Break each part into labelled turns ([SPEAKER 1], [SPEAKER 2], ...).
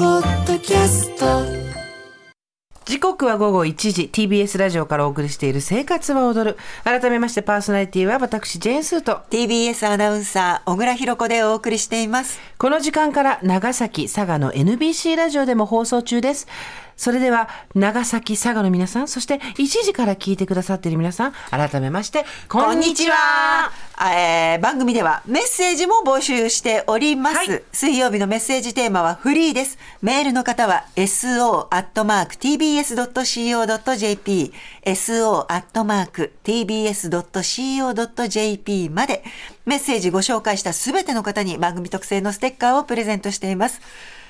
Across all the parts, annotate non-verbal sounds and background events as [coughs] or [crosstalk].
[SPEAKER 1] キャスト
[SPEAKER 2] 時刻は午後1時 TBS ラジオからお送りしている「生活は踊る」改めましてパーソナリティは私ジェーンスーと
[SPEAKER 3] TBS アナウンサー小倉弘子でお送りしています
[SPEAKER 2] この時間から長崎佐賀の NBC ラジオでも放送中ですそれでは長崎佐賀の皆さんそして1時から聞いてくださっている皆さん改めましてこんにちは
[SPEAKER 3] あえー番組ではメッセージも募集しております、
[SPEAKER 2] はい
[SPEAKER 3] 水曜日のメッセージテーマはフリーですメールの方は so.tbs.co.jp so.tbs.co.jp までメッセージご紹介したすべての方に番組特製のステッカーをプレゼントしています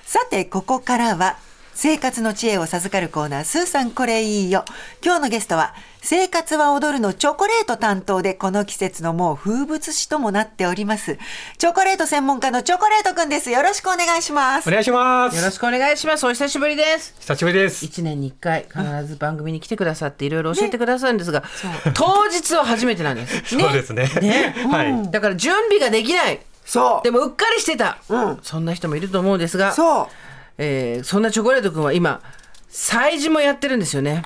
[SPEAKER 3] さてここからは生活の知恵を授かるコーナー、スーさんこれいいよ。今日のゲストは、生活は踊るのチョコレート担当で、この季節のもう風物詩ともなっております。チョコレート専門家のチョコレートくんです。よろしくお願いします
[SPEAKER 4] お。願いします。
[SPEAKER 2] よろしくお願いしますお久しぶりです
[SPEAKER 4] 久しぶりです。
[SPEAKER 2] 1年に1回必ず番組に来てくださっていろいろ教えてくださるんですが、当日は初めてなんです
[SPEAKER 4] そうですね。
[SPEAKER 2] ね
[SPEAKER 4] [laughs] はい。
[SPEAKER 2] だから準備ができない
[SPEAKER 3] そ
[SPEAKER 2] でもうっかりしてた、
[SPEAKER 3] うん
[SPEAKER 2] そんな人もいると思うんですが
[SPEAKER 3] そう。
[SPEAKER 2] えーそんなチョコレートくんは今催事もやってるんですよね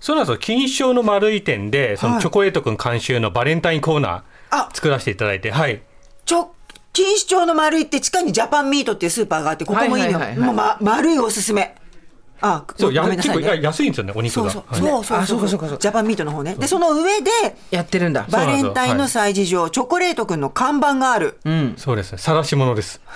[SPEAKER 4] そうなんですよ。金賞の丸い点で、そのチョコレートくん監修のバレンタインコーナ
[SPEAKER 3] あ
[SPEAKER 4] ー作らせていただいて、はい。
[SPEAKER 3] ちょ、錦糸町の丸いって地下にジャパンミートっていうスーパーがあって、ここもいいのよ。
[SPEAKER 2] はいはいはいはい
[SPEAKER 3] もうま、丸いおすすめ。あ、
[SPEAKER 4] そう、や
[SPEAKER 3] ごめんな
[SPEAKER 4] 結
[SPEAKER 3] さ
[SPEAKER 4] 構
[SPEAKER 3] い、
[SPEAKER 4] や
[SPEAKER 3] ね。
[SPEAKER 4] 安いんですよね、お肉
[SPEAKER 3] そう
[SPEAKER 4] が。
[SPEAKER 3] そう
[SPEAKER 4] はい
[SPEAKER 3] そうそう
[SPEAKER 2] あそうかそうかそうか
[SPEAKER 3] ジャパンミートの方ね。で、その上で、
[SPEAKER 2] やってるんだ
[SPEAKER 3] バレンタインの催事場、チョコレートくんの看板がある。
[SPEAKER 4] そうですね。晒し物です。
[SPEAKER 3] [laughs]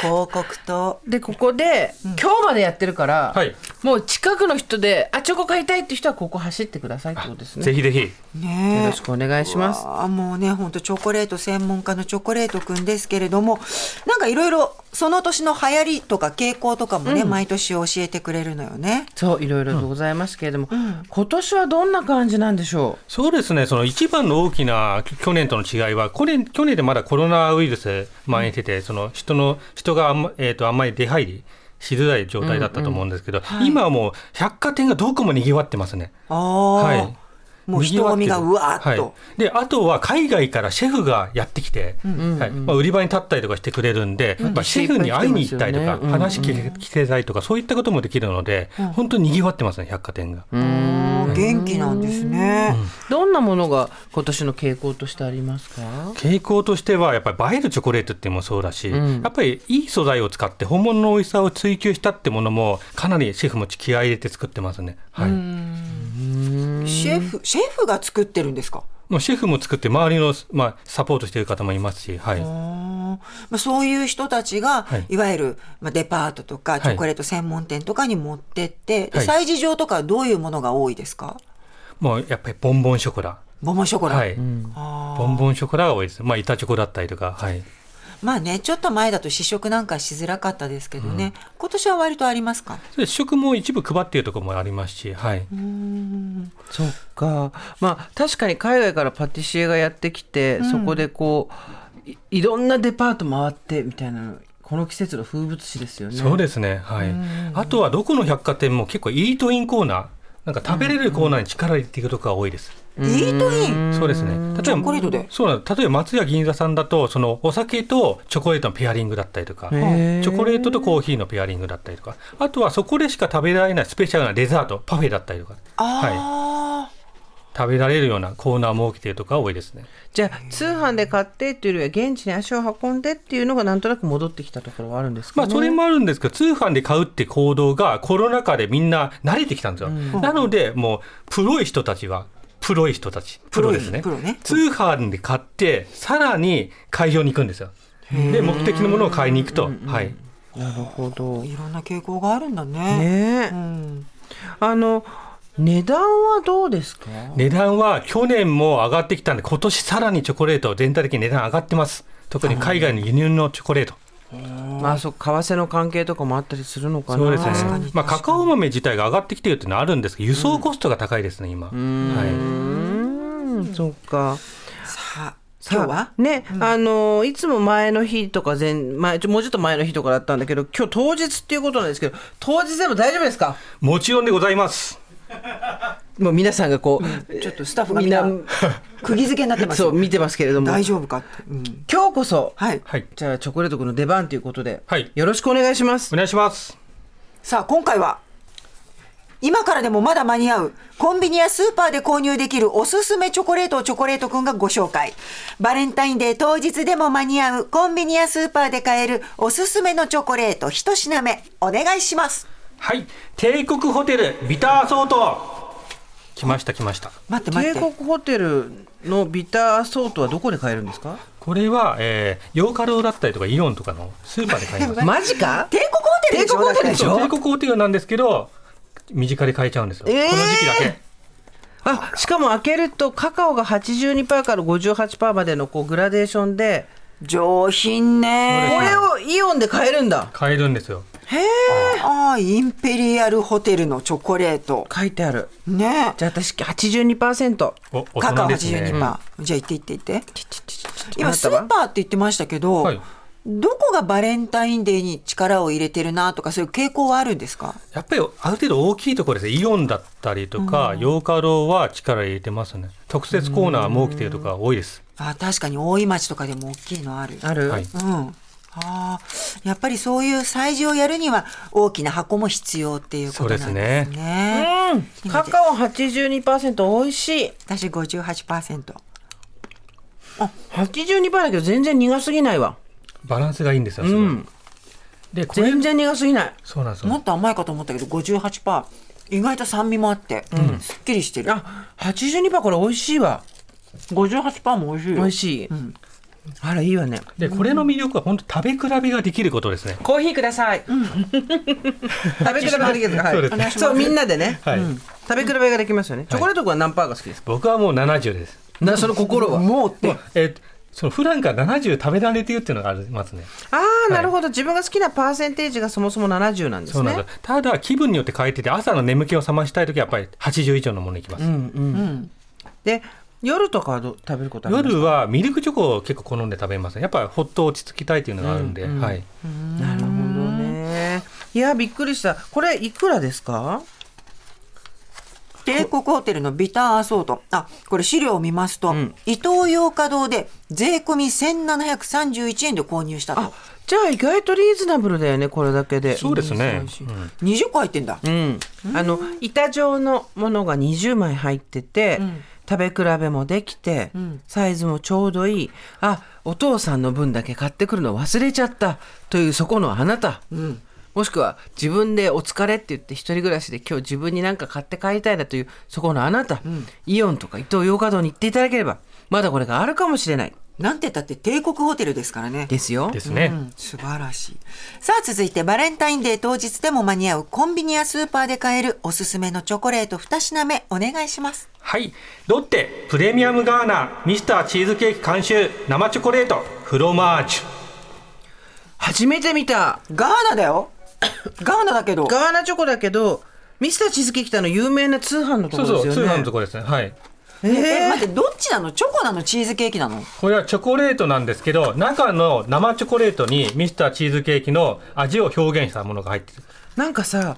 [SPEAKER 3] 広告と。
[SPEAKER 2] でここで、今日までやってるから、
[SPEAKER 4] はい
[SPEAKER 2] もう近くの人であチョコ買いたいって人はここ走ってくださいってことですね
[SPEAKER 4] ぜひぜひ。
[SPEAKER 3] ねえ
[SPEAKER 2] よろしくお願いします
[SPEAKER 3] あーもうね本当チョコレート専門家のチョコレートくんですけれどもなんかいろいろその年の流行りとか傾向とかもね、毎年教えてくれるのよね。
[SPEAKER 2] そういろいろとございますけれども、今年はどんな感じなんでしょ
[SPEAKER 4] そうですね。その一番の大きなき去年との違いは、去年去年でまだコロナウイルス蔓延してて、その人の人があんまえっ、とあんまり出入りしづらい状態だったと思うんですけど、今はもう百貨店がどこも賑わってますね。
[SPEAKER 3] ああ、
[SPEAKER 4] はい
[SPEAKER 3] もう人混みがうわーっと。
[SPEAKER 4] はいであとは海外からシェフがやってきて、はいまあ、売り場に立ったりとかしてくれるんで、まあ、シェフに会いに行ったりと
[SPEAKER 2] いっぱい来
[SPEAKER 4] か、
[SPEAKER 2] てますよねうん
[SPEAKER 4] 話聞きてたりとかそういったこともできるので、本当に賑わってますね百貨店が。
[SPEAKER 2] う、
[SPEAKER 3] あー元気なんですね。
[SPEAKER 2] どんなものが今年の傾向としてありますか
[SPEAKER 4] 傾向としてはやっぱり映えるチョコレートっていうのもそうだし、
[SPEAKER 2] ん
[SPEAKER 4] やっぱりいい素材を使って本物の美味しさを追求したってものもかなりシェフも気合い入れて作ってますね、はい
[SPEAKER 3] シェフシェフが作ってるんですか。
[SPEAKER 4] もうシェフも作って周りの、まあ、サポートしてる方もいますし、はい、
[SPEAKER 3] あーまあ、そういう人たちが、
[SPEAKER 4] はい
[SPEAKER 3] い、わゆる、まあ、デパートとか
[SPEAKER 4] い
[SPEAKER 3] チョコレート専門店とかに持ってって、で
[SPEAKER 4] はい
[SPEAKER 3] 催事場とかはどういうものが多いですか
[SPEAKER 4] もうやっぱりボンボンショコラ、
[SPEAKER 3] ボモショコラ、
[SPEAKER 4] はい、
[SPEAKER 3] あー
[SPEAKER 4] ボンボンショコラが多いです。まあ、板チョコだったりとか、はい。
[SPEAKER 3] まあねちょっと前だと試食なんかしづらかったですけどね、今年は割とありますか
[SPEAKER 4] それ試食も一部配っているところもありますし、はい。
[SPEAKER 2] そっかまあ確かに海外からパティシエがやってきて、そこでこういいろんなデパート回ってみたいなのこの季節の風物詩ですよね
[SPEAKER 4] そうですね、はい。あとはどこの百貨店も結構イートインコーナー、なんか食べれるコーナーに力を入れていくところが多いです。
[SPEAKER 3] イートイン
[SPEAKER 4] そうですね。
[SPEAKER 3] チョコレートで
[SPEAKER 4] そうなんです例えば松屋銀座さんだと、そのお酒とチョコレートのペアリングだったりとか、チ
[SPEAKER 2] へー
[SPEAKER 4] ョコレートとコーヒーのペアリングだったりとか、あとはそこでしか食べられないスペシャルなデザート、パフェだったりとか、はい。
[SPEAKER 3] あー、
[SPEAKER 4] 食べられるようなコーナーを設けているところが多いですね。
[SPEAKER 2] じゃあ通販で買ってっていうよりは現地に足を運んでっていうのがなんとなく戻ってきたところはあるんですか、
[SPEAKER 4] ま
[SPEAKER 2] ね
[SPEAKER 4] あ、それもあるんですけど、通販で買うって行動がコロナ禍でみんな慣れてきたんですよ。なので、もう、プロい人たちは、プロい人たち、プロですね。
[SPEAKER 3] プロいプロね
[SPEAKER 4] 通販で買って、さらに会場に行くんですよ。で、目的のものを買いに行くと。はい。
[SPEAKER 2] なるほど
[SPEAKER 3] いろんな傾向があるんだね
[SPEAKER 2] ねえ、
[SPEAKER 3] うん、
[SPEAKER 2] あの値段はどうですか
[SPEAKER 4] 値段は去年も上がってきたんで、今年さらにチョコレート、全体的に値段上がってます。特に海外の輸入のチョコレート。
[SPEAKER 2] まあそう為替の関係とかもあったりするのかな
[SPEAKER 4] そうです
[SPEAKER 3] 確か
[SPEAKER 4] ね
[SPEAKER 3] に。
[SPEAKER 4] まあ、カカオ豆自体が上がってきてるっていうのはあるんですけど、輸送コストが高いですね、今。はい。
[SPEAKER 2] うんそうか
[SPEAKER 3] さあ
[SPEAKER 2] さ
[SPEAKER 3] 今日は
[SPEAKER 2] ね、あのいつも前の日とか前前ちょもうちょっと前の日とかだったんだけど今日当日っていうことなんですけど当日でも大丈夫ですか
[SPEAKER 4] もちろんでございます。
[SPEAKER 2] もう皆さんがこ
[SPEAKER 3] ちょっとスタッフ
[SPEAKER 2] う
[SPEAKER 3] が
[SPEAKER 2] み
[SPEAKER 3] み
[SPEAKER 2] ん
[SPEAKER 3] んな
[SPEAKER 2] な
[SPEAKER 3] 釘付けになってます [laughs]
[SPEAKER 2] そう
[SPEAKER 3] よ
[SPEAKER 2] 見てますけれども
[SPEAKER 3] 大
[SPEAKER 2] 今
[SPEAKER 3] 丈夫かって、うん、
[SPEAKER 2] 日こそ
[SPEAKER 3] はい
[SPEAKER 4] はい。
[SPEAKER 2] じゃあチョコレート君の出番ということで、
[SPEAKER 4] はい
[SPEAKER 2] よろしくお願いします
[SPEAKER 4] お願いします。
[SPEAKER 3] さあ今回は今からでもまだ間に合うコンビニやスーパーで購入できるおすすめチョコレートをチョコレートくんがご紹介バレンタインデー当日でも間に合うコンビニやスーパーで買えるおすすめのチョコレート一品目お願いします
[SPEAKER 4] はい帝国ホテルビターソート来ました来ました
[SPEAKER 3] 待って待っ
[SPEAKER 2] 帝
[SPEAKER 3] て
[SPEAKER 2] 国ホテルのビターソートはどこで買えるんですか
[SPEAKER 4] これは、えー、ヨーカローだったりとかイオンとかのスーパーで買い [laughs] ます
[SPEAKER 2] マジか
[SPEAKER 3] 帝国ホテルでしょ
[SPEAKER 2] 帝国ホテルでしょ
[SPEAKER 4] 帝国ホテルなんですけど身近で買えちゃうんですよ、
[SPEAKER 2] えー
[SPEAKER 4] この時期だけ
[SPEAKER 2] あしかも開けるとカカオが82%から58%までのこうグラデーションで
[SPEAKER 3] 上品ね
[SPEAKER 2] これをイオンで買えるんだ
[SPEAKER 4] 買えるんですよ
[SPEAKER 2] へえ
[SPEAKER 3] ああインペリアルホテルのチョコレート
[SPEAKER 2] 書いてある
[SPEAKER 3] ね
[SPEAKER 2] じゃあ私82%
[SPEAKER 4] お
[SPEAKER 3] え
[SPEAKER 4] 大
[SPEAKER 3] カカオ
[SPEAKER 4] 人ですね
[SPEAKER 3] 82%、じゃあ行って行って行って
[SPEAKER 2] あ
[SPEAKER 3] 今
[SPEAKER 2] な
[SPEAKER 3] ス
[SPEAKER 2] たは
[SPEAKER 3] ーパーって言ってましたけど、
[SPEAKER 4] はい
[SPEAKER 3] どこがバレンタインデーに力を入れてるなとかそういう傾向はあるんですか
[SPEAKER 4] やっぱりある程度大きいところですねイオンだったりとか、ヨーカローは力入れてますね特設コーナー設けてるとか多いです
[SPEAKER 3] あ確かに大井町とかでも大きいのある。
[SPEAKER 2] ある、
[SPEAKER 4] はい
[SPEAKER 3] うんあーやっぱりそういう催事をやるには大きな箱も必要っていうことなんですね。
[SPEAKER 4] そうです
[SPEAKER 2] うんカカオ82%美味しい
[SPEAKER 3] 私58%。
[SPEAKER 2] 82%だけど全然苦すぎないわ
[SPEAKER 4] バランスがいいんですよすごい、
[SPEAKER 2] うん
[SPEAKER 4] でこれ
[SPEAKER 2] 全然苦すぎない
[SPEAKER 4] そうなんです
[SPEAKER 3] も
[SPEAKER 4] よ
[SPEAKER 3] っと甘いかと思ったけど58%。意外と酸味もあって、すっきりしてる。
[SPEAKER 2] あ82%これ美味しいわ
[SPEAKER 3] 58%も美味しいよ。
[SPEAKER 2] 美味しい、あらいいわね
[SPEAKER 4] でこれの魅力は本当食べ比べができることですね
[SPEAKER 2] コーヒーください、 [laughs] 食べ比べができるはい
[SPEAKER 4] そうですね
[SPEAKER 2] そうみんなでね、
[SPEAKER 4] はい
[SPEAKER 2] うん食べ比べができますよね、チョコレートは何パーが好きですか、
[SPEAKER 4] 僕はもう70です
[SPEAKER 2] なその心は
[SPEAKER 3] もうって。
[SPEAKER 4] えーその普段から70食べられてるっていうのがありますね
[SPEAKER 2] ああなるほど、自分が好きなパーセンテージがそもそも70なんで
[SPEAKER 4] そ
[SPEAKER 2] す
[SPEAKER 4] うなん
[SPEAKER 2] ね
[SPEAKER 4] ですよ、ただ気分によって変えてて朝の眠気を覚ましたい時はやっぱり80以上のものいきます、
[SPEAKER 2] で夜とかはど食べることあります
[SPEAKER 4] 夜はミルクチョコを結構好んで食べますねやっぱほっと落ち着きたいっていうのがあるんで、はい
[SPEAKER 2] なるほどねいやびっくりしたこれいくらですか
[SPEAKER 3] 帝国ホテルのビターアソート。あ、これ資料を見ますと、
[SPEAKER 2] ん
[SPEAKER 3] 伊東洋華堂で税込み1731円で購入したと。
[SPEAKER 2] じゃあ意外とリーズナブルだよねこれだけで
[SPEAKER 4] そうですね、うん
[SPEAKER 3] 20個入ってんだ。
[SPEAKER 2] うん、あの板状のものが20枚入ってて、食べ比べもできて、サイズもちょうどいいあお父さんの分だけ買ってくるの忘れちゃったというそこのあなた、もしくは自分で「お疲れ」って言って一人暮らしで今日自分に何か買って帰りたいなというそこのあなた、イオンとか伊東洋華堂に行っていただければまだこれがあるかもしれない
[SPEAKER 3] なんて言ったって帝国ホテルですからね。
[SPEAKER 2] ですよ。
[SPEAKER 4] ですね、
[SPEAKER 3] うん素晴らしい。さあ続いてバレンタインデー当日でも間に合うコンビニやスーパーで買えるおすすめのチョコレート2品目お願いします。
[SPEAKER 4] はいロッテプレミアムガーナミスターチーズケーキ監修生チョコレートフロマージュ
[SPEAKER 2] 初めて見た
[SPEAKER 3] ガーナだよ [coughs] ガーナだけど。
[SPEAKER 2] ガーナチョコだけどミスターチーズケーキってあの有名な通販のとこ
[SPEAKER 4] そう
[SPEAKER 2] ろで
[SPEAKER 4] そ
[SPEAKER 2] す
[SPEAKER 4] う
[SPEAKER 2] よね。
[SPEAKER 4] 通販のところですねはい
[SPEAKER 2] え
[SPEAKER 3] え、
[SPEAKER 2] ー
[SPEAKER 3] 待って、どっちなのチョコなのチーズケーキなの
[SPEAKER 4] これはチョコレートなんですけど中の生チョコレートにミスターチーズケーキの味を表現したものが入ってる
[SPEAKER 2] なんかさ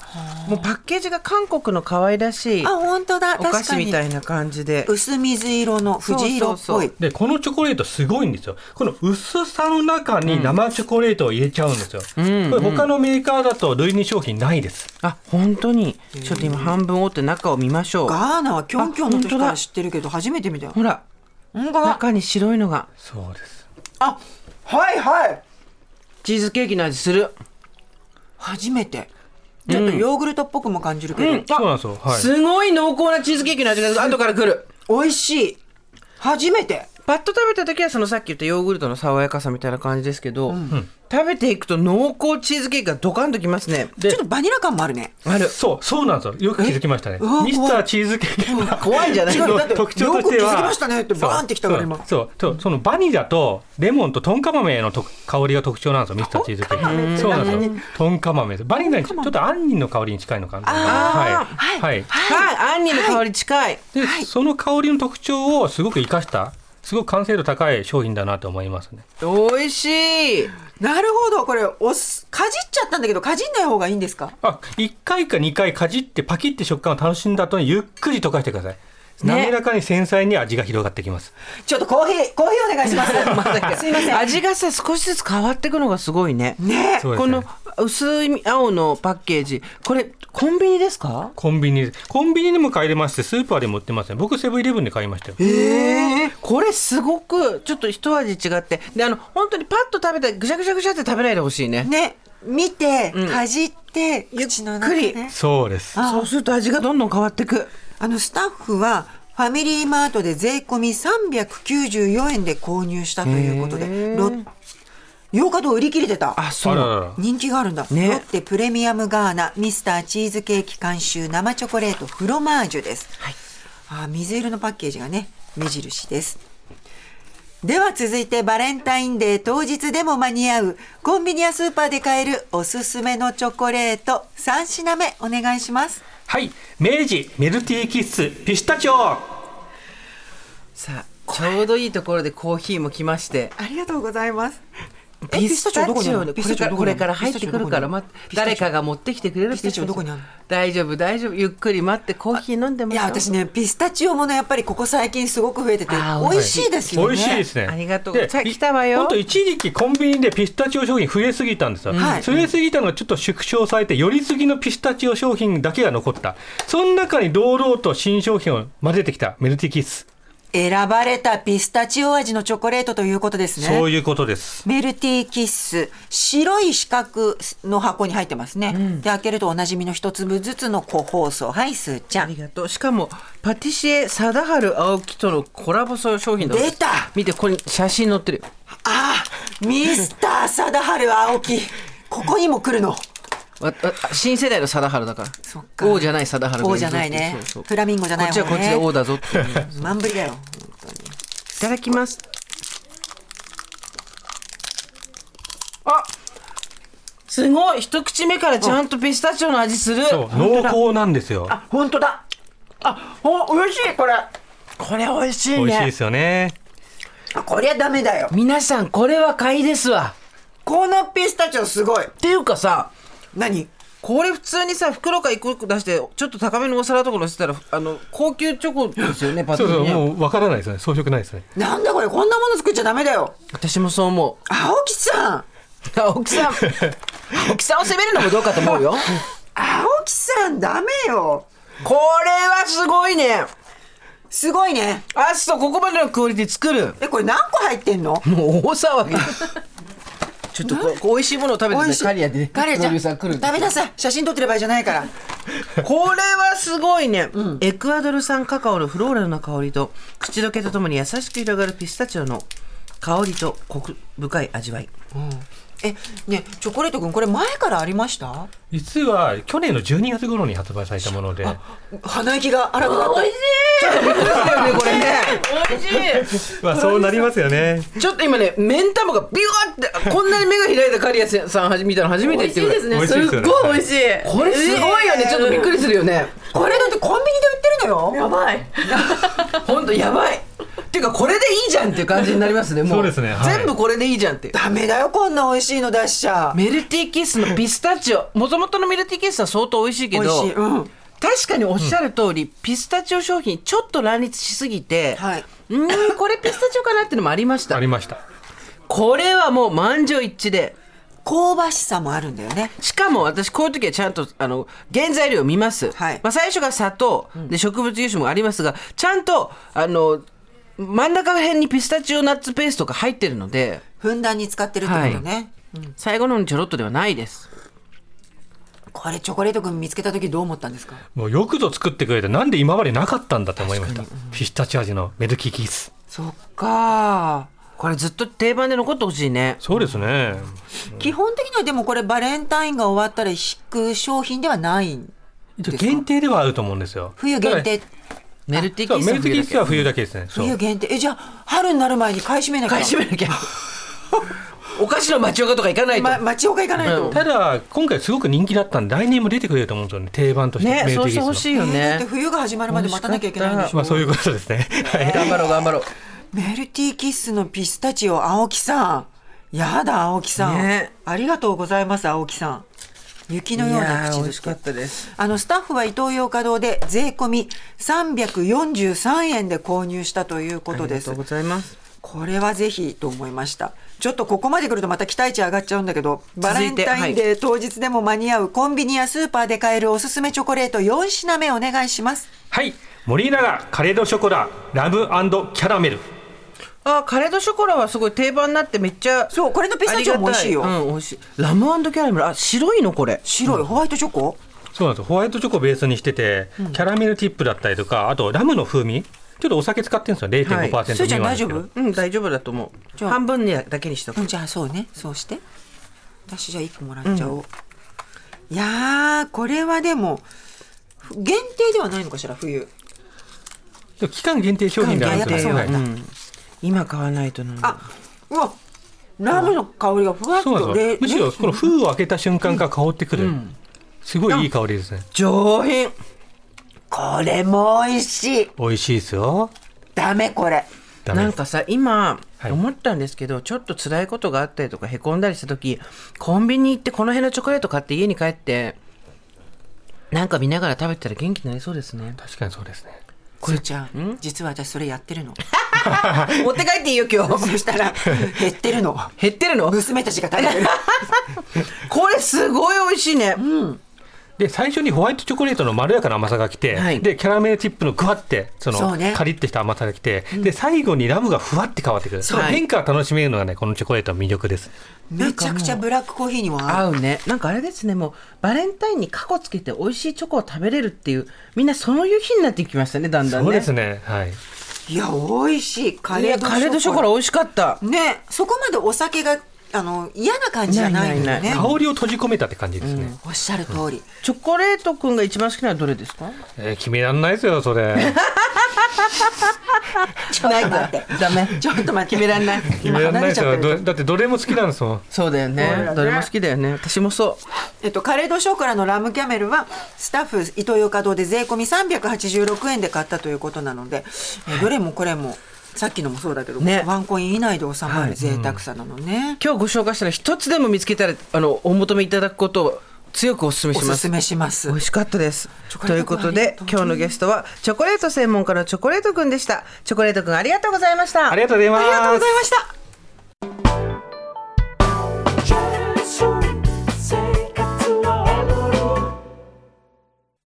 [SPEAKER 2] もうパッケージが韓国の可愛らしい
[SPEAKER 3] あ、本当だ。
[SPEAKER 2] お菓
[SPEAKER 3] 確
[SPEAKER 2] 子
[SPEAKER 3] か
[SPEAKER 2] み
[SPEAKER 3] に
[SPEAKER 2] た。いな感じで
[SPEAKER 3] 薄水色の藤色っ
[SPEAKER 2] そうそ
[SPEAKER 3] ぽ
[SPEAKER 2] う
[SPEAKER 3] い
[SPEAKER 2] そ。
[SPEAKER 4] でこのチョコレートすごいんですよこの薄さの中に生チョコレートを入れちゃうんですよ、これ他のメーカーだと類似商品ないです
[SPEAKER 2] あ本当にちょっと今半分折って中を見ましょう
[SPEAKER 3] ガーナはキョンキョンの時
[SPEAKER 2] あ本当
[SPEAKER 3] か
[SPEAKER 2] だ
[SPEAKER 3] ら知ってるけど初めて見たよ。
[SPEAKER 2] ほら
[SPEAKER 3] 本当だ
[SPEAKER 2] 中に白いのが
[SPEAKER 4] そうです
[SPEAKER 3] あ、はいはい。
[SPEAKER 2] チーズケーキの味する、
[SPEAKER 3] 初めて。ちょっとヨーグルトっぽくも感じるけど。
[SPEAKER 4] そうなんですよはい
[SPEAKER 2] すごい濃厚なチーズケーキの味が後からくる
[SPEAKER 3] 美味しい初めて
[SPEAKER 2] パッと食べた時はそのさっき言ったヨーグルトの爽やかさみたいな感じですけど、食べていくと濃厚チーズケーキがドカンときますね
[SPEAKER 3] ちょっとバニラ感もあるね
[SPEAKER 2] ある
[SPEAKER 4] そうそうなんですよよく気づきましたね
[SPEAKER 3] うわ
[SPEAKER 4] ミスターチーズケーキは
[SPEAKER 2] 怖いんじゃない
[SPEAKER 3] 違うだって
[SPEAKER 4] 特徴としては
[SPEAKER 3] よく気づきましたねってバーンってきたから今
[SPEAKER 4] そうそうそうそのバニラとレモンとトンカ豆のと香りが特徴なんですよミスターチーズケーキそうなんですよトンカ豆ですバニラにちょっと杏仁の香りに近いのかな
[SPEAKER 2] あ
[SPEAKER 4] はいはい
[SPEAKER 2] はい杏仁の香り近い、
[SPEAKER 4] でその香りの特徴をすごく生かしたすごく完成度高い商品だなと思いますね
[SPEAKER 2] 美味しい
[SPEAKER 3] なるほどこれお酢かじっちゃったんだけどかじんない方がいいんですか
[SPEAKER 4] あ1回か2回かじってパキって食感を楽しんだ後にゆっくり溶かしてください滑らかに繊細に味が広がってきます、
[SPEAKER 3] ちょっとコーヒーコーヒ [laughs] ーお願いしますすいません
[SPEAKER 2] 味がさ少しずつ変わっていくのがすごいね
[SPEAKER 3] ね
[SPEAKER 4] そうです
[SPEAKER 2] こ
[SPEAKER 4] ね
[SPEAKER 2] の薄い青のパッケージこれコンビニですか
[SPEAKER 4] コンビニコンビニにも買えれますしスーパーでも売ってますね僕セブンイレブンで買いましたよ
[SPEAKER 2] ええこれすごくちょっと一味違ってであの本当にパッと食べてぐしゃぐしゃぐしゃって食べないでほしいね
[SPEAKER 3] ね見て、
[SPEAKER 2] うん
[SPEAKER 3] かじって
[SPEAKER 2] ゆっくり
[SPEAKER 3] 口の中で、ね、
[SPEAKER 4] そうです
[SPEAKER 3] あ
[SPEAKER 2] そうすると味がどんどん変わってく
[SPEAKER 3] あのスタッフはファミリーマートで税込み394円で購入したということで
[SPEAKER 2] へー
[SPEAKER 3] ロッ8日と売り切れてた
[SPEAKER 2] あそう
[SPEAKER 4] あららら
[SPEAKER 3] 人気があるんだ、
[SPEAKER 2] ね
[SPEAKER 3] ロッテプレミアムガーナミスターチーズケーキ監修生チョコレートフロマージュです、あ水色のパッケージがね目印ですでは続いてバレンタインデー当日でも間に合うコンビニやスーパーで買えるおすすめのチョコレート3品目お願いします
[SPEAKER 4] はい明治メルティーキッスピスタチオ
[SPEAKER 2] さあちょうどいいところでコーヒーも来まして
[SPEAKER 3] ありがとうございます
[SPEAKER 2] [laughs]
[SPEAKER 3] え
[SPEAKER 2] ピスタチオ
[SPEAKER 3] ピスタチオど
[SPEAKER 2] こ
[SPEAKER 3] こにあるの
[SPEAKER 2] れからこれから入ってくるから待っ
[SPEAKER 3] ピス
[SPEAKER 2] 誰
[SPEAKER 3] タチオどこにある
[SPEAKER 2] かが持ってきてくれる
[SPEAKER 3] ピスタチオどこにあるの
[SPEAKER 2] 大丈夫大丈夫ゆっくり待ってコーヒー飲んでます
[SPEAKER 3] い
[SPEAKER 2] よ
[SPEAKER 3] や私ねピスタチオもねやっぱりここ最近すごく増えてて
[SPEAKER 2] あー
[SPEAKER 3] 美味しいですよね
[SPEAKER 4] 美味しいですね。
[SPEAKER 2] ありがとうさあ来たわよ
[SPEAKER 4] 本当一時期コンビニでピスタチオ商品増えすぎたんですよ。
[SPEAKER 3] はい
[SPEAKER 4] 増えすぎたのがちょっと縮小されて、よりすぎのピスタチオ商品だけが残った。その中に堂々と新商品を混ぜてきたメルティキッス。
[SPEAKER 3] 選ばれたピスタチオ味のチョコレートということですね
[SPEAKER 4] そういうことです。
[SPEAKER 3] メルティーキッス白い四角の箱に入ってますね、で開けるとおなじみの一粒ずつの個包装はいスーちゃ
[SPEAKER 2] あ
[SPEAKER 3] ん
[SPEAKER 2] りがとうしかもパティシエ貞治青木とのコラボ商品だ
[SPEAKER 3] 出た
[SPEAKER 2] 見てここに写真載ってるよ
[SPEAKER 3] あーミスター貞治青木ここにも来るの
[SPEAKER 2] わわ新世代の貞治だから
[SPEAKER 3] そっか
[SPEAKER 2] 王じゃない貞治だよ
[SPEAKER 3] 王じゃないね
[SPEAKER 2] そうそう
[SPEAKER 3] フラミンゴじゃない
[SPEAKER 2] こっちはこ
[SPEAKER 3] 方
[SPEAKER 2] っ
[SPEAKER 3] ね
[SPEAKER 2] ちで王だぞっていうい
[SPEAKER 3] 満ぶりだよ
[SPEAKER 2] ただきますあすごい一口目からちゃんとピスタチオの味する
[SPEAKER 4] そう濃厚なんですよ。
[SPEAKER 2] あ本当だあお美味しいこれこれ美味しいね
[SPEAKER 4] 美味しいですよね。
[SPEAKER 3] あこりゃダメだよ
[SPEAKER 2] 皆さんこれは買いですわ
[SPEAKER 3] このピスタチオすごい
[SPEAKER 2] っていうかさ
[SPEAKER 3] 何
[SPEAKER 2] これ普通にさ袋から一個一個出してちょっと高めのお皿とかのせたらあの高級チョコです
[SPEAKER 4] [laughs]
[SPEAKER 2] よねパテ
[SPEAKER 4] そう
[SPEAKER 2] ィ
[SPEAKER 4] そう、
[SPEAKER 2] ね
[SPEAKER 4] もうわからないですね。装飾ないですね。
[SPEAKER 3] なんだこれこんなもの作っちゃダメだよ
[SPEAKER 2] 私もそう思う
[SPEAKER 3] 青木さん
[SPEAKER 2] 青木さん青木さんを責めるのもどうかと思うよ
[SPEAKER 3] 青木さんダメよ
[SPEAKER 2] これはすごいね
[SPEAKER 3] すごいね
[SPEAKER 2] アストここまでのクオリティ作る
[SPEAKER 3] えこれ何個入ってんの
[SPEAKER 2] もう大騒ぎちょっとこうこう美味しいものを食べて
[SPEAKER 3] 美
[SPEAKER 2] ね
[SPEAKER 3] 味しい
[SPEAKER 2] カリアでね
[SPEAKER 3] カレーちゃ
[SPEAKER 2] プロデュー
[SPEAKER 3] ん
[SPEAKER 2] サー来るんで
[SPEAKER 3] 食べなさい写真撮ってる場合じゃないから
[SPEAKER 2] これはすごいね、エクアドル産カカオのフローラルな香りと口どけとともに優しく広がるピスタチオの香りとコク深い味わい
[SPEAKER 3] えねチョコレートくんこれ前からありました
[SPEAKER 4] 実は去年の12月頃に発売されたもので、
[SPEAKER 3] 鼻息が荒くなった
[SPEAKER 2] これね美味し
[SPEAKER 4] まあそうなりますよね。
[SPEAKER 2] いちょっと今ね目ん玉がビュワってこんなに目が開いたカリアさんはじ見たの初めて
[SPEAKER 1] 美
[SPEAKER 2] 言っ
[SPEAKER 1] 味してい
[SPEAKER 2] く
[SPEAKER 1] で
[SPEAKER 2] れ
[SPEAKER 1] すね。
[SPEAKER 4] 美
[SPEAKER 1] す
[SPEAKER 4] 味し
[SPEAKER 1] っ
[SPEAKER 4] いですよね
[SPEAKER 1] ごい美味しい。
[SPEAKER 2] これすごいよね、ちょっとびっくりするよね
[SPEAKER 3] これだってコンビニで売ってるのよ
[SPEAKER 1] やばい。
[SPEAKER 2] ほんとやばいっていうかこれでいいじゃんっていう感じになりますねもう
[SPEAKER 4] そうですねはい
[SPEAKER 2] 全部これでいいじゃんって
[SPEAKER 3] ダメだよこんな美味しいの出しちゃ
[SPEAKER 2] メルティーキッスのピスタチオもともとのメルティーキッスは相当美味しいけ
[SPEAKER 3] 美
[SPEAKER 2] ど
[SPEAKER 3] 味しいうん
[SPEAKER 2] 確かにおっしゃる通り、ピスタチオ商品ちょっと乱立しすぎて、
[SPEAKER 3] はいう
[SPEAKER 2] ーんこれピスタチオかなっていうのもありまし
[SPEAKER 4] あ
[SPEAKER 2] た
[SPEAKER 4] りました。
[SPEAKER 2] これはもう満場一致で
[SPEAKER 3] 香ばしさもあるんだよね
[SPEAKER 2] しかも私こういう時はちゃんとあの原材料見ます、
[SPEAKER 3] はい
[SPEAKER 2] まあ、最初が砂糖で植物油脂もありますがちゃんとあの真ん中辺にピスタチオナッツペーストが入ってるので
[SPEAKER 3] ふんだんに使ってるってことね、
[SPEAKER 2] 最後の方にちょろっとではないです
[SPEAKER 3] これチョコレートくん見つけた時どう思ったんですか
[SPEAKER 4] もうよくぞ作ってくれて、なんで今までなかったんだと思いました。ピスタチオ味のメルティーキッス。
[SPEAKER 3] そっか
[SPEAKER 2] これずっと定番で残ってほしいね
[SPEAKER 4] そうですね。
[SPEAKER 3] 基本的にはでもこれバレンタインが終わったら引く商品ではないですか
[SPEAKER 4] 限定ではあると思うんですよ。
[SPEAKER 3] 冬限定
[SPEAKER 2] メルティー
[SPEAKER 4] そう
[SPEAKER 2] キッス
[SPEAKER 4] メ
[SPEAKER 2] の
[SPEAKER 4] ル
[SPEAKER 2] 冬
[SPEAKER 4] ティキ
[SPEAKER 2] だけ
[SPEAKER 4] ッスは冬だけですね。そう
[SPEAKER 3] 冬限定えじゃあ春になる前に買い占めなきゃ
[SPEAKER 2] 買い占めな
[SPEAKER 4] [laughs]
[SPEAKER 2] きゃお菓子の町岡とか行かないと、
[SPEAKER 3] ま、町岡行かないと、
[SPEAKER 4] ただ今回すごく人気だったんで来年も出てくれると思うんですよね定番として
[SPEAKER 2] ね
[SPEAKER 4] メル
[SPEAKER 2] そう
[SPEAKER 4] ティ
[SPEAKER 2] して
[SPEAKER 4] キ
[SPEAKER 2] ほ
[SPEAKER 4] ッ
[SPEAKER 2] し
[SPEAKER 4] ス
[SPEAKER 2] いよ
[SPEAKER 3] えーだって
[SPEAKER 2] ね
[SPEAKER 3] 冬が始まるまで待たなきゃいけないんでしょ
[SPEAKER 4] のまあそういうことですねはい
[SPEAKER 2] 頑張ろう頑張ろう
[SPEAKER 3] メルティーキッスのピスタチオ青木さんやだ青木さん、
[SPEAKER 2] ね
[SPEAKER 3] ありがとうございます青木さん雪のような口づけ
[SPEAKER 2] たです
[SPEAKER 3] あのスタッフはイトーヨーカドーで税込み343円で購入したということ
[SPEAKER 2] あり
[SPEAKER 3] で
[SPEAKER 2] が
[SPEAKER 3] す
[SPEAKER 2] とうございます
[SPEAKER 3] これはぜひと思いましたちょっとここまで来るとまた期待値上がっちゃうんだけどバレンタインデー当日でも間に合うコンビニやスーパーで買えるおすすめチョコレート4品目お願いします
[SPEAKER 4] はい森永カレードショコララムキャラメル
[SPEAKER 2] あカレードショコラはすごい定番になってめっちゃ
[SPEAKER 3] そうこれのピスタチオも美味しいよ
[SPEAKER 2] ありがたうん、美味しいラムキャラメルあ白いのこれ
[SPEAKER 3] 白いホワイトチョコ、
[SPEAKER 4] そうなんですホワイトチョコベースにしてて、キャラメルティップだったりとかあとラムの風味ちょっとお酒使ってるんですよ0.5%未満です
[SPEAKER 3] ーち
[SPEAKER 4] け
[SPEAKER 3] ゃん
[SPEAKER 4] ど、
[SPEAKER 3] 大丈夫
[SPEAKER 2] うん大丈夫だと思
[SPEAKER 3] じ
[SPEAKER 2] う
[SPEAKER 3] ゃあ
[SPEAKER 2] 半分にだけにしとく、
[SPEAKER 3] うんじゃあそうねそうして私じゃあ1個もらっちゃおう、いやーこれはでも限定ではないのかしら冬
[SPEAKER 4] でも期間限定商品であるから
[SPEAKER 3] 期間限定
[SPEAKER 4] そうなんです
[SPEAKER 2] うん今買わないとな
[SPEAKER 3] あうわラムの香りがふわっ
[SPEAKER 4] そうな
[SPEAKER 3] と
[SPEAKER 4] んです
[SPEAKER 3] れ
[SPEAKER 4] よむしろこの封を開けた瞬間から香ってくる、すごいいい香りですね
[SPEAKER 2] 上品
[SPEAKER 3] これも美味しい
[SPEAKER 4] 美味しいですよ
[SPEAKER 3] ダメこれ
[SPEAKER 4] ダメ
[SPEAKER 2] な
[SPEAKER 4] で
[SPEAKER 2] ん
[SPEAKER 4] す
[SPEAKER 2] かさ今
[SPEAKER 4] はい
[SPEAKER 2] 思ったんですけど、ちょっと辛いことがあったりとかへこんだりした時コンビニ行ってこの辺のチョコレート買って家に帰ってなんか見ながら食べてたら元気になりそうですね
[SPEAKER 4] 確かにそうですね
[SPEAKER 3] これちゃん実は私それやってるの
[SPEAKER 2] 持って帰っていいよ今
[SPEAKER 3] そしたら減ってるの
[SPEAKER 2] 減ってるの
[SPEAKER 3] 娘たちが食べてる
[SPEAKER 2] これすごい美味しいね、
[SPEAKER 4] で最初にホワイトチョコレートのまろやかな甘さがきて、
[SPEAKER 2] はい
[SPEAKER 4] でキャラメルチップのグワってその
[SPEAKER 3] そうね
[SPEAKER 4] カリッてした甘さがきて、で最後にラムがふわって変わってくるその変化を楽しめるのがねこのチョコレートの魅力です
[SPEAKER 3] めちゃくちゃブラックコーヒーにも合う
[SPEAKER 2] 合うねなんかあれですねもうバレンタインに過去つけて美味しいチョコを食べれるっていうみんなそういう日になってきましたねだんだんね
[SPEAKER 4] そうですねはい
[SPEAKER 3] いや美味しいカ
[SPEAKER 2] い
[SPEAKER 3] レ
[SPEAKER 2] や
[SPEAKER 3] ード
[SPEAKER 2] カレーとショコラ美味しかった
[SPEAKER 3] ねそこまでお酒があの嫌な感じじゃないんだよ
[SPEAKER 2] ない
[SPEAKER 3] ね
[SPEAKER 4] 香りを閉じ込めたって感じですね、
[SPEAKER 3] おっしゃる通り
[SPEAKER 2] チョコレートくんが一番好きなのはどれですか
[SPEAKER 4] えー決めらんないですよそれ
[SPEAKER 3] ちょっと待って
[SPEAKER 2] ダメ
[SPEAKER 3] ちょっと待って決めらんない
[SPEAKER 4] 決めらんな
[SPEAKER 3] [laughs] 離
[SPEAKER 4] いで
[SPEAKER 3] れち
[SPEAKER 4] す
[SPEAKER 3] ゃ
[SPEAKER 4] よ
[SPEAKER 3] ってる
[SPEAKER 4] どだってどれも好きなんですもん
[SPEAKER 2] そうだよね
[SPEAKER 3] そうだね
[SPEAKER 2] どれも好きだよね私もそう
[SPEAKER 3] えっと、カレードショコラのラムキャメルはスタッフイトーヨーカドーで税込み386円で買ったということなので、えどれもこれもさっきのもそうだけど、
[SPEAKER 2] ね
[SPEAKER 3] ワンコイン以内で収まる贅沢さなのね、
[SPEAKER 2] 今日ご紹介したら一つでも見つけたらあのお求めいただくことを強くお勧め
[SPEAKER 3] お
[SPEAKER 2] し
[SPEAKER 3] す
[SPEAKER 2] ます
[SPEAKER 3] すめします
[SPEAKER 2] 美味しかったです
[SPEAKER 3] チョコ
[SPEAKER 2] とい
[SPEAKER 3] レ
[SPEAKER 2] う
[SPEAKER 3] ート
[SPEAKER 2] こ
[SPEAKER 3] くんありがと
[SPEAKER 2] と
[SPEAKER 3] う
[SPEAKER 2] で今日のゲストはチョコレート専門家のチョコレートくんでしたチョコレートくんありがとうございました
[SPEAKER 4] ありがとうございます
[SPEAKER 3] ありがとうございました